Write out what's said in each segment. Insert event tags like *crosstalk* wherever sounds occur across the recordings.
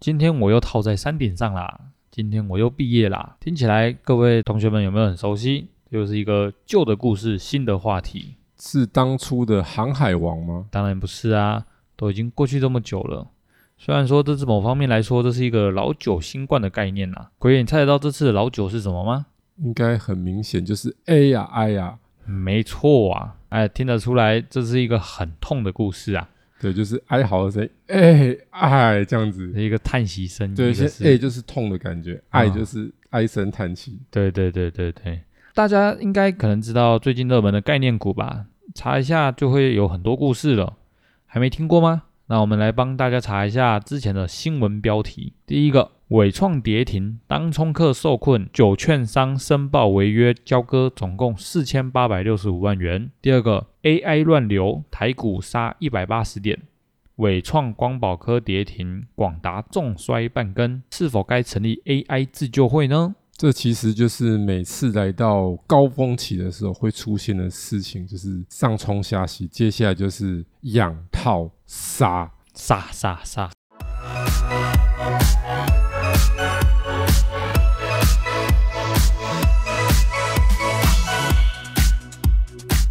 今天我又套在山顶上啦，今天我又毕业啦。听起来各位同学们有没有很熟悉？又是一个旧的故事，新的话题。是当初的航海王吗？当然不是啊，都已经过去这么久了。虽然说这是某方面来说，这是一个老酒新冠的概念啦。鬼眼，你猜得到这次的老酒是什么吗？应该很明显就是 A 呀、I 呀、没错啊，哎，听得出来这是一个很痛的故事啊，对，就是哀嚎的声音，哎哎这样子。是一个叹息声。对，一先个 A 嗯是，就是痛的感觉，啊爱就是唉声叹气。对对对对对，大家应该可能知道最近热门的概念股吧？查一下就会有很多故事了，还没听过吗？那我们来帮大家查一下之前的新闻标题。第一个，伟创跌停，当冲客受困，九券商申报违约，交割总共四千八百六十五万元。第二个，AI 乱流，台股杀一百八十点，伟创光宝科跌停，广达重摔半根，是否该成立 AI 自救会呢？这其实就是每次来到高峰期的时候会出现的事情，就是上冲下洗，接下来就是养套杀。杀杀杀！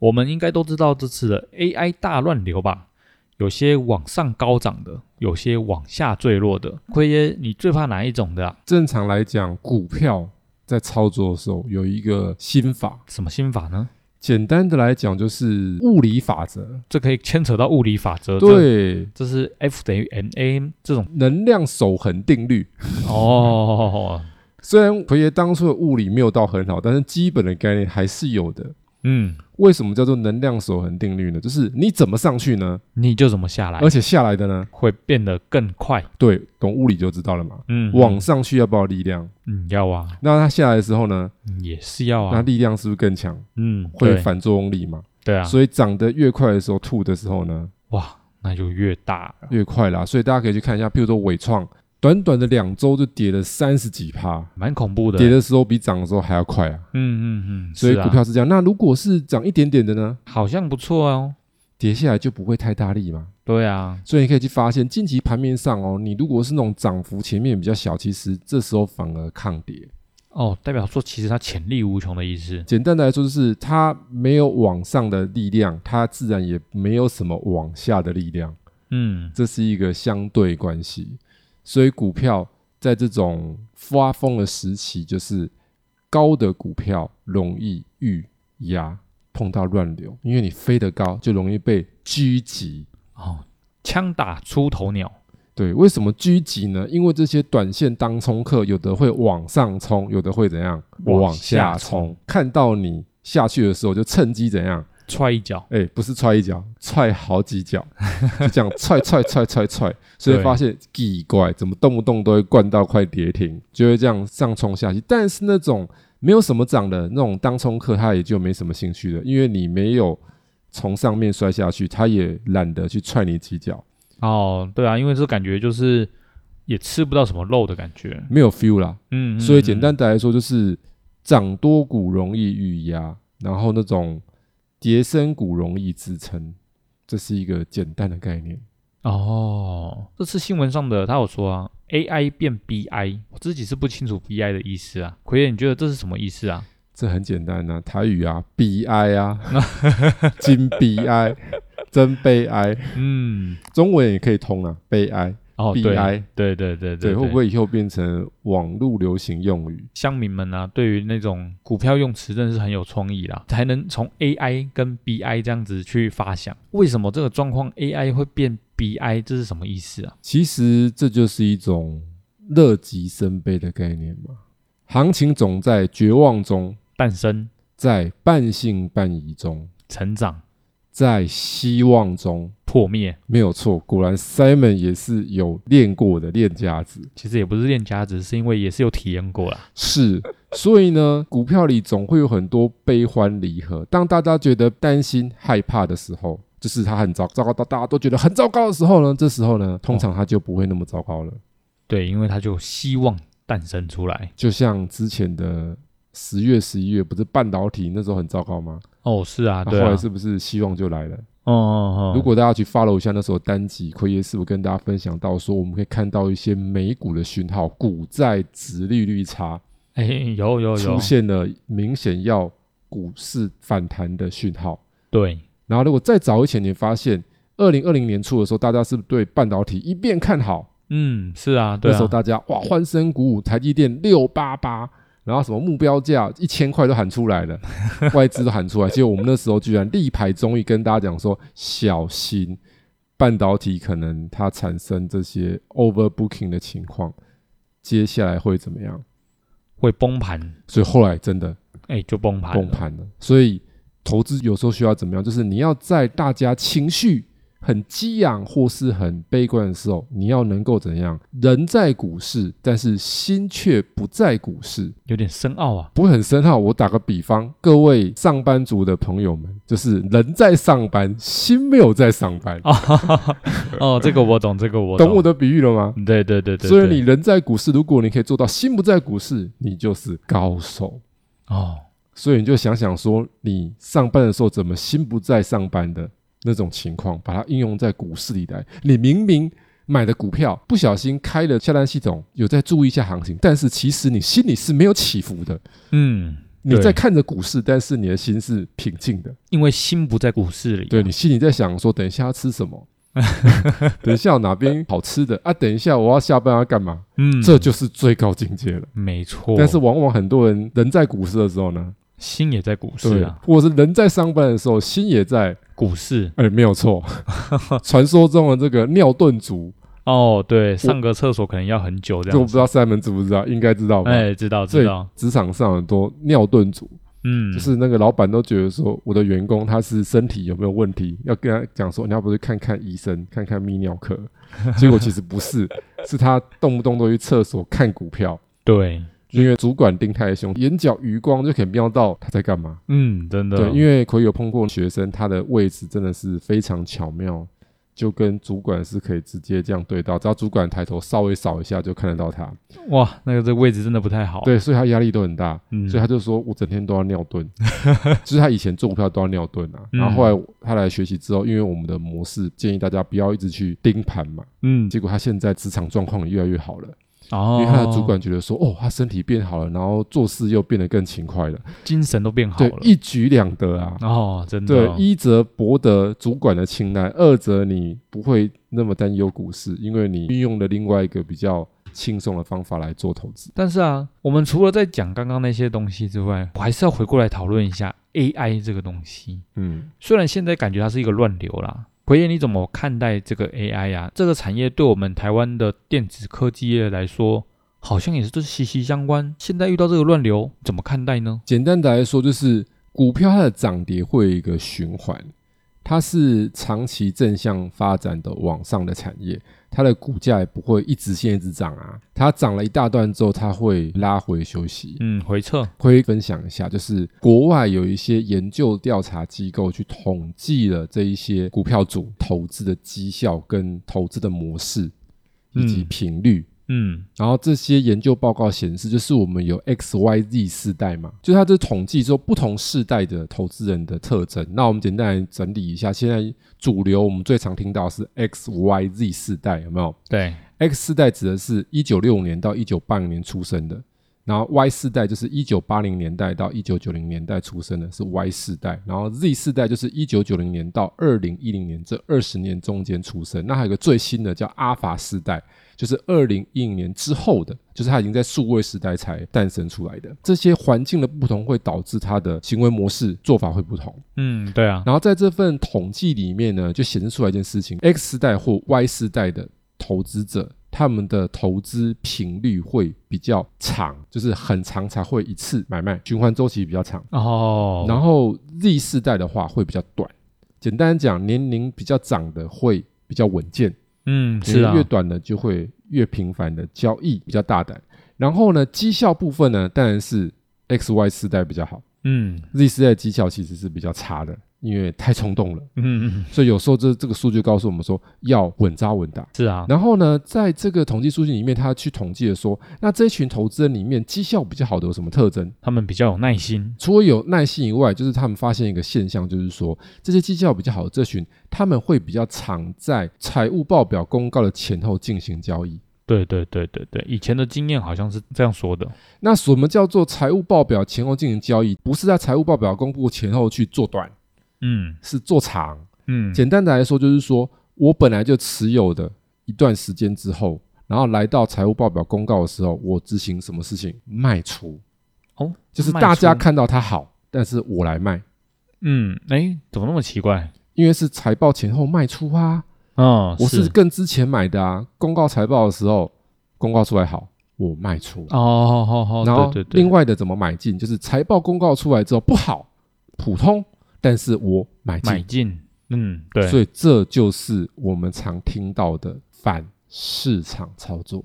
我们应该都知道这次的 AI 大乱流吧？有些往上高涨的，有些往下坠落的。奎爷，你最怕哪一种的、啊？正常来讲，股票在操作的时候有一个心法，什么心法呢？简单的来讲就是物理法则。这可以牵扯到物理法则。这，对，这是 F 等于 ma 这种能量守恒定律。哦。虽然奎爷当初的物理没有到很好，但是基本的概念还是有的。 *laughs* 嗯，为什么叫做能量守恒定律呢？就是你怎么上去呢？你就怎么下来，而且下来的呢？会变得更快。对，懂物理就知道了嘛。嗯，往上去要不要力量？嗯要啊，那它下来的时候呢？嗯也是要那啊，力量是不是更强？嗯，会对反作用力嘛？对啊，所以长得越快的时候，吐的时候呢，哇，那就越大了，越快啦。所以大家可以去看一下，譬如说伟创，短短的两周就跌了三十几趴，蛮恐怖的。跌的时候比涨的时候还要快啊。嗯嗯嗯，所以是啊股票是这样。那如果是涨一点点的呢？好像不错哦。跌下来就不会太大力嘛。对啊，所以你可以去发现，近期盘面上哦，你如果是那种涨幅前面比较小，其实这时候反而抗跌。哦，代表说其实它潜力无穷的意思。简单的来说，就是它没有往上的力量，它自然也没有什么往下的力量，嗯，这是一个相对关系。所以股票在这种发疯的时期，就是高的股票容易遇压，碰到乱流，因为你飞得高，就容易被狙击。哦，枪打出头鸟。对，为什么狙击呢？因为这些短线当冲客，有的会往上冲，有的会怎样往下下冲。看到你下去的时候，就趁机怎样？踹一脚，哎，不是踹一脚，踹好几脚，就这样踹踹踹踹踹。所以对发现奇怪，怎么动不动都会灌到快跌停，就会这样上冲下去。但是那种没有什么涨的那种当冲客，他也就没什么兴趣了，因为你没有从上面摔下去，他也懒得去踹你几脚。哦，对啊，因为这感觉就是也吃不到什么肉的感觉。没有 feel 啦，嗯，嗯所以简嗯单的来说，就是涨多股容易遇压，然后那种跌升股容易支撑，这是一个简单的概念。哦，这次新闻上的他有说啊，AI 变 BI，我自己是不清楚 BI 的意思啊。奎爷，你觉得这是什么意思啊？这很简单呐、台语啊，bi 啊， *laughs* 金 bi，真悲哀，嗯，中文也可以通啊，悲哀，哦，悲对，哀，对对对对，对，会不会以后变成网络流行用语？乡民们啊，对于那种股票用词真的是很有创意啦，才能从 AI 跟 BI 这样子去发想，为什么这个状况 AI 会变 BI，这是什么意思啊？其实这就是一种乐极生悲的概念嘛，行情总在绝望中，诞生、在半信半疑中。成长、在希望中破灭。没有错，果然 Simon 也是有练过的练家子。其实也不是练家子，是因为也是有体验过啦。是，所以呢，股票里总会有很多悲欢离合。当大家觉得担心、害怕的时候，就是它很糟糟糕到大家都觉得很糟糕的时候呢，这时候呢，通常它就不会那么糟糕了。对，因为它就希望诞生出来。就像之前的十月、十一月，不是半导体那时候很糟糕吗？哦，是啊，那对后啊来，是不是希望就来了？哦哦哦，如果大家去 follow 一下那时候单集，奎爷师傅跟大家分享到说，我们可以看到一些美股的讯号，股债值利率差哎，有有出有，现了明显要股市反弹的讯号。对，然后如果再早一前，你发现二零二零年初的时候，大家是不是对半导体一面看好？嗯，是啊，对那时候啊，大家哇欢声鼓舞，台积电六八八，然后什么目标价一千块都喊 *laughs* 出来了，外资都喊出来。结果我们那时候居然力排众议，跟大家讲说小心半导体可能它产生这些 overbooking 的情况，接下来会怎么样？会崩盘，所以后来真的哎，就崩盘，崩，盘了。所以投资有时候需要怎么样？就是你要在大家情绪很激昂或是很悲观的时候，你要能够怎样？人在股市，但是心却不在股市。有点深奥啊。不会很深奥，我打个比方，各位上班族的朋友们，就是人在上班，心没有在上班，哦，哈哈哈 *laughs* 哦，这个我懂，这个我懂我的比喻了吗？对对对对，所以对你人在股市，如果你可以做到心不在股市，你就是高手。哦，所以你就想想说，你上班的时候怎么心不在上班的那种情况，把它应用在股市里来。你明明买的股票不小心开了下单系统，有在注意一下行情，但是其实你心里是没有起伏的。嗯，你对在看着股市，但是你的心是平静的。因为心不在股市里，啊对你心里在想说，等一下要吃什么， *laughs* 等一下有哪边好吃的啊？等一下我要下班要干嘛？嗯，哦这就是最高境界了。没错。但是往往很多人人在股市的时候呢，心也在股市对，啊，或者是人在上班的时候，心也在股市哎，没 *laughs* 有错，传说中的这个尿遁族，哦，对，上个厕所可能要很久这就我样不子。知道三门知不知道，应该知道吧？哎，知道所知以道，职场上很多尿遁族，嗯，就是那个老板都觉得说，我的员工他是身体有没有问题，要跟他讲说，你要不去看看医生，看看泌尿 *laughs* 科。结果其实不是，是他动不动都去厕所看股票，对，因为主管盯太凶，眼角余光就可以瞄到他在干嘛。嗯，真的，对，因为可以有碰过学生，他的位置真的是非常巧妙，就跟主管是可以直接这样对到，只要主管抬头稍微扫一下就看得到他。哦哇，那个这个位置真的不太好。，对，所以他压力都很大，嗯，所以他就说我整天都要尿遁，就是他以前做股票都要尿遁啊。嗯然后后来他来学习之后，因为我们的模式建议大家不要一直去盯盘嘛，嗯，结果他现在职场状况也越来越好了，因哦，为他的主管觉得说，哦，他身体变好了，然后做事又变得更勤快了，精神都变好对，了，一举两得啊。哦，真的对，哦，一则博得主管的青睐，二则你不会那么担忧股市，因为你运用了另外一个比较轻松的方法来做投资。但是啊，我们除了在讲刚刚那些东西之外，我还是要回过来讨论一下 AI 这个东西。嗯，虽然现在感觉它是一个乱流啦，奎爷你怎么看待这个 AI 啊？这个产业对我们台湾的电子科技业来说，好像也是息息相关。现在遇到这个乱流，怎么看待呢？简单的来说，就是股票它的涨跌会有一个循环，它是长期正向发展的往上的产业，它的股价也不会一直线一直涨啊，它涨了一大段之后，它会拉回休息。嗯，回撤，可以分享一下，就是国外有一些研究调查机构去统计了这一些股票主投资的绩效跟投资的模式以及嗯频率。嗯，然后这些研究报告显示，就是我们有 X、Y、Z 世代嘛，就它这统计说不同世代的投资人的特征。那我们简单来整理一下，现在主流我们最常听到的是 X、Y、Z 世代，有没有？对， X 世代指的是一九六五年到一九八零年出生的，然后 Y 世代就是一九八零年代到一九九零年代出生的，是 Y 世代。然后 Z 世代就是一九九零年到二零一零年这二十年中间出生。那还有一个最新的叫阿法世代，就是二零一零年之后的，就是它已经在数位时代才诞生出来的。这些环境的不同会导致它的行为模式、做法会不同。嗯，对啊，然后在这份统计里面呢，就显示出来一件事情：X 世代或 Y 世代的投资者，他们的投资频率会比较长，就是很长才会一次买卖，循环周期比较长。哦，然后 Z 世代的话会比较短，简单讲，年龄比较长的会比较稳健，嗯，年是龄啊越，短的就会越频繁的交易，比较大胆。然后呢，绩效部分呢，当然是 X Y 世代比较好嗯，Z 世代的绩效其实是比较差的，因为太冲动了。嗯嗯，所以有时候这这个数据告诉我们说，要稳扎稳打。是啊，然后呢，在这个统计数据里面，他去统计了说，那这一群投资人里面绩效比较好的有什么特征？他们比较有耐心，除了有耐心以外，就是他们发现一个现象，就是说这些绩效比较好的这群，他们会比较常在财务报表公告的前后进行交易。对对对对对，以前的经验好像是这样说的，那什么叫做财务报表前后进行交易？不是在财务报表公布前后去做短，嗯是做长。嗯，简单的来说，就是说我本来就持有的一段时间之后，然后来到财务报表公告的时候，我执行什么事情？卖出，哦，就是卖大家出，看到它好，但是我来卖，嗯，哎，怎么那么奇怪？因为是财报前后卖出啊，哦，我是更之前买的啊。公告财报的时候，公告出来好，我卖出。哦哦哦然哦，后对对对，另外的怎么买进？就是财报公告出来之后不好，普通，但是我买进买。进，嗯，对，所以这就是我们常听到的反市场操作，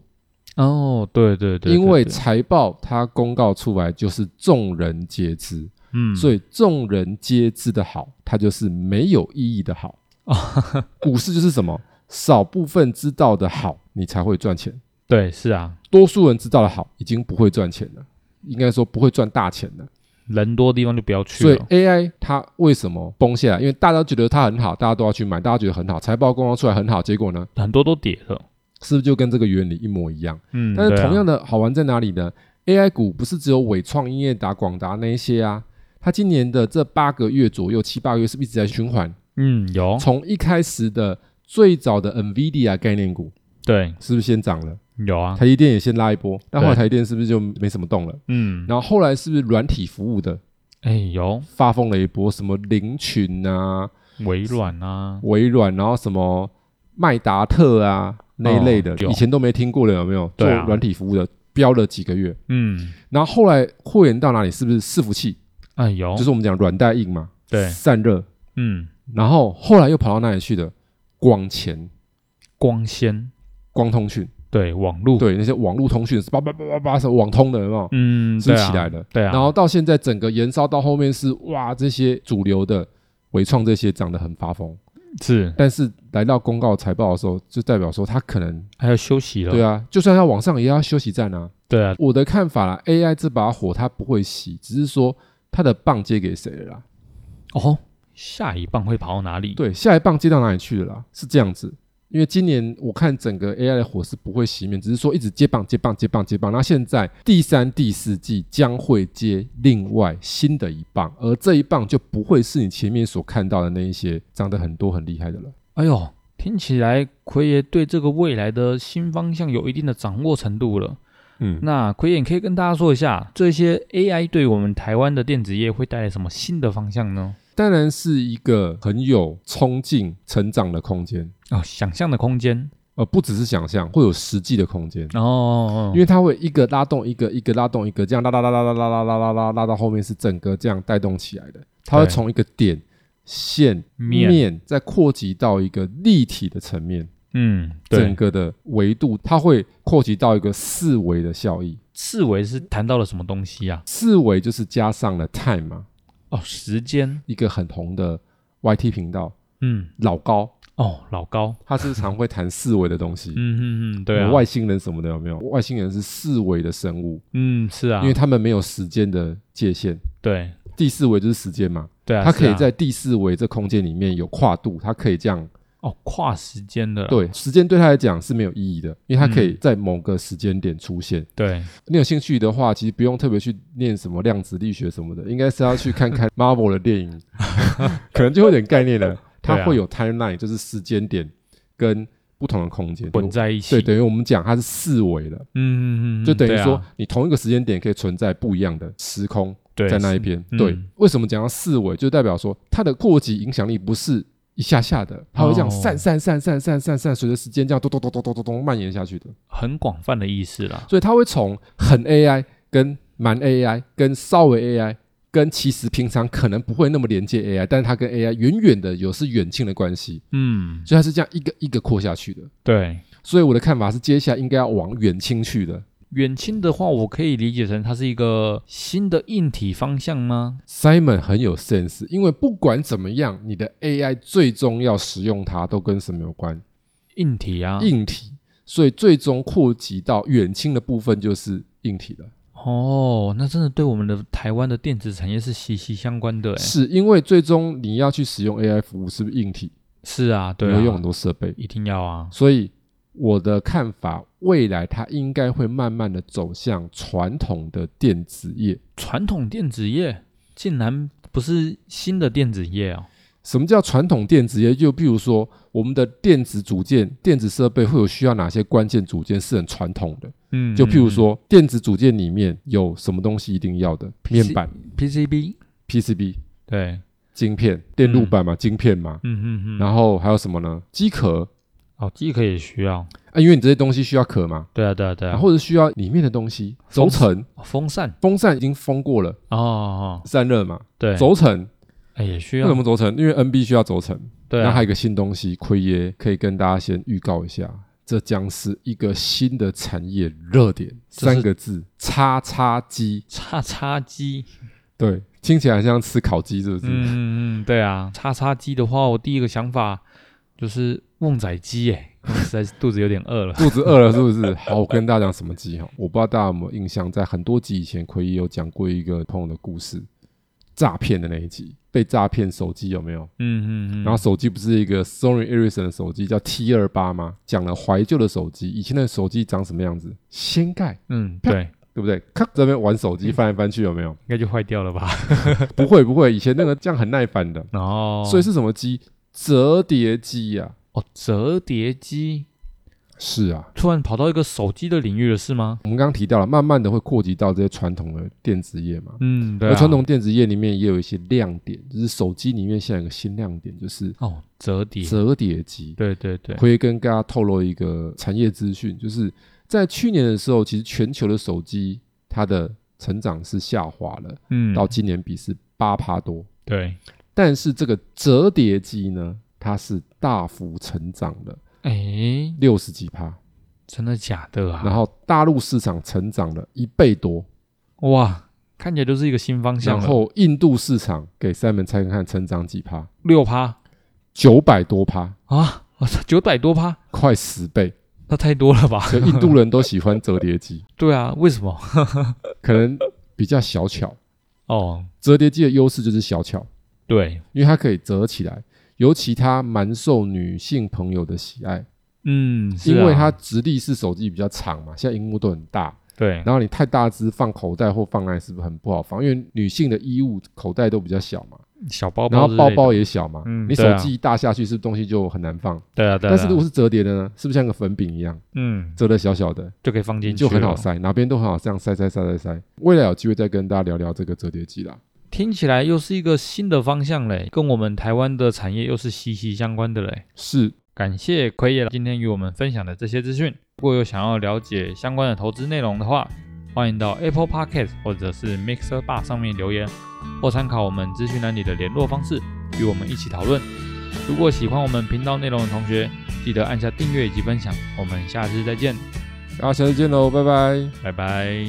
哦，对对对，因对为对财报它公告出来就是众人皆知，嗯，所以众人皆知的好，它就是没有意义 *laughs* 的好。股市就是什么？少部分知道的好，你才会赚钱；对是啊，多数人知道的好，已经不会赚钱了，应该说不会赚大钱了。人多地方就不要去所以了， AI 它为什么崩下来？因为大家都觉得它很好，大家都要去买，大家觉得很好，财报公告出来很好，结果呢，很多都跌了，是不是就跟这个原理一模一样？嗯，但是对啊同样的好玩在哪里呢？AI 股不是只有伟创、英业达、广达那一些啊，它今年的这八个月左右，七八个月是不是一直在循环？嗯有从一开始的最早的 NVIDIA 概念股，对是不是先涨了？有啊，台积电也先拉一波，但后来对台积电是不是就没什么动了？嗯，然后后来是不是软体服务的哎有发疯了一波，什么林群啊、微软啊，微软，然后什么麦达特啊那一类的，哦有以前都没听过的，有没有？做对啊软体服务的飙了几个月，嗯，然后后来扩延到哪里？是不是伺服器？哎有就是我们讲软带硬嘛，对散热。嗯然后后来又跑到哪里去的？光纤、光纤光通讯，对网络对那些网络通讯，叭叭叭叭叭，什么网通的，有没有？嗯是不对是啊起来了。对啊，然后到现在整个延烧到后面是哇，这些主流的伟创这些涨得很发疯，是但是来到公告财报的时候，就代表说它可能还要休息了，对啊，就算要往上也要休息站啊。对啊我的看法啦，AI 这把火它不会熄，只是说它的棒接给谁了啦。哦，下一棒会跑到哪里？对，下一棒接到哪里去了啦？是这样子，因为今年我看整个 AI 的火是不会熄灭，只是说一直接棒、接棒、接棒、接棒。那现在第三、第四季将会接另外新的一棒，而这一棒就不会是你前面所看到的那一些涨得很多、很厉害的了。哎呦，听起来奎爷对这个未来的新方向有一定的掌握程度了。嗯，那奎爷你可以跟大家说一下，这些 AI 对我们台湾的电子业会带来什么新的方向呢？当然是一个很有冲劲、成长的空间，哦，想象的空间呃，不只是想象，会有实际的空间。哦，因为它会一个拉动一个，一个拉动一个，这样拉拉拉拉拉拉拉拉拉拉拉到后面是整个这样带动起来的。它会对从一个点、线、面面，再扩及到一个立体的层面，嗯，整对，个的维度，它会扩及到一个四维的效益。四维是谈到了什么东西啊？四维就是加上了 time 嘛，哦，时间，一个很红的 YT 频道嗯，老高，哦，老高，他是常会谈四维的东西。嗯嗯嗯，对啊，外星人什么的有没有？外星人是四维的生物，嗯是啊，因为他们没有时间的界限。对第四维就是时间嘛，对啊，它可是以啊在第四维这空间里面有跨度，它可以这样。哦跨时间的啦，对，时间对它来讲是没有意义的，因为它可嗯以在某个时间点出现。对，你有兴趣的话，其实不用特别去念什么量子力学什么的，应该是要去看看 *laughs* Marvel 的电影，可能就会有点概念 *laughs* 了。啊它会有 timeline，就是时间点跟不同的空间混在一起，对，等于我们讲它是四维的，嗯，嗯嗯嗯，就等于对啊说你同一个时间点可以存在不一样的时空。对在那一是边。嗯对，为什么讲到四维，就代表说它的扩及影响力不是一下下的，它会这样哦散散散散散散散，随着时间这样咚咚咚咚咚咚咚蔓延下去的。很广泛的意思啦，所以它会从很 AI 跟蛮 AI 跟稍微 AI 跟其实平常可能不会那么连接 AI，但是它跟 AI 远远的有是远近的关系，嗯，所以它是这样一个一个扩下去的。对。所以我的看法是，接下来应该要往远亲去的。远亲的话，我可以理解成它是一个新的硬体方向吗？ Simon 很有 sense，因为不管怎么样，你的 AI 最终要使用它都跟什么有关？硬体啊，硬体。所以最终扩及到远亲的部分就是硬体了，哦，那真的对我们的台湾的电子产业是息息相关的，哎，是因为最终你要去使用 AI 服务，是不是硬体？是啊，对你啊，要用很多设备，一定要啊，所以我的看法，未来它应该会慢慢的走向传统的电子业。传统电子业竟然不是新的电子业哦，什么叫传统电子业？就比如说，我们的电子组件、电子设备会有需要哪些关键组件是很传统的。嗯，就譬如说，电子组件里面有什么东西一定要的？面板、 PCB， PCB、嗯对，晶片、电路板嘛，晶片嘛。嗯嗯嗯，然后还有什么呢？机壳哦，机壳也需要，啊，因为你这些东西需要壳嘛，对啊对啊对啊，或者需要里面的东西。轴承、风扇风扇已经封过了，哦哦，哦散热嘛。对，轴承哎也需为要什，么轴承？因为 NB 需要轴承。对那还啊，有一个新东西，奎爷可以跟大家先预告一下，这将是一个新的产业热点，这是三个字：叉叉鸡。叉叉机，对，听起来像吃烤鸡，是不是？嗯嗯嗯，对啊，叉叉机的话，我第一个想法就是旺仔鸡，哎，我实在是肚子有点饿了。肚子饿了是不是？好，我跟大家讲什么鸡哈，我不知道大家有没有印象，在很多集以前，奎爷有讲过一个朋友的故事，诈骗的那一集，被诈骗手机有没有？嗯嗯嗯，然后手机不是一个 Sony Ericsson 的手机叫 T 二八吗？讲了怀旧的手机，以前的手机长什么样子？掀盖，嗯，对，应对不对？咔，在那边玩手机翻来翻去有没有？该就坏掉了 *laughs* 吧？不会不会，以前那个这样很耐烦的，然后，所以是什么机？折叠机呀、哦，折叠机是啊，突然跑到一个手机的领域了，是吗？我们刚刚提到了，慢慢的会扩及到这些传统的电子业嘛。嗯，对、而啊，传统电子业里面也有一些亮点，就是手机里面现在有个新亮点，就是哦，折叠，折叠机。对对对，会跟大家透露一个产业资讯，就是在去年的时候，其实全球的手机它的成长是下滑了，嗯，到今年比是八趴多。对，但是这个折叠机呢，它是大幅成长了哎，六十几趴，真的假的啊？然后大陆市场成长了一倍多，哇，看起来就是一个新方向啊然了，后印度市场给三门猜看看成长几趴，六趴九百多趴，啊，我操，九百多趴，快十倍，那太多了吧？所以印度人都喜欢折叠机，对啊，为什么？可能比较小巧。哦，折叠机的优势就是小巧，对，因为它可以折起来，尤其它蛮受女性朋友的喜爱，嗯，是因为啊它直立式手机比较长嘛，现在荧幕都很大，对，然后你太大只放口袋或放哪是不是很不好放？因为女性的衣物口袋都比较小嘛，小包然包之后类的，包包也小嘛，嗯你手对啊机一大下去是不是东西就很难放？对啊，对啊，但是如对果啊是折叠的呢，是不是像个粉饼一样嗯，折的小小的，就可以放进去，就很好。塞，哪边都很好，这样塞塞塞塞塞。未来有机会再跟大家聊聊这个折叠机啦。听起来又是一个新的方向嘞，跟我们台湾的产业又是息息相关的嘞。是，感谢奎爷今天与我们分享的这些资讯。如果有想要了解相关的投资内容的话，欢迎到 Apple Podcast 或者是 Mixer Bar 上面留言，或参考我们资讯栏里的联络方式，与我们一起讨论。如果喜欢我们频道内容的同学，记得按下订阅以及分享。我们下次再见，大家下次见喽，拜拜。拜拜。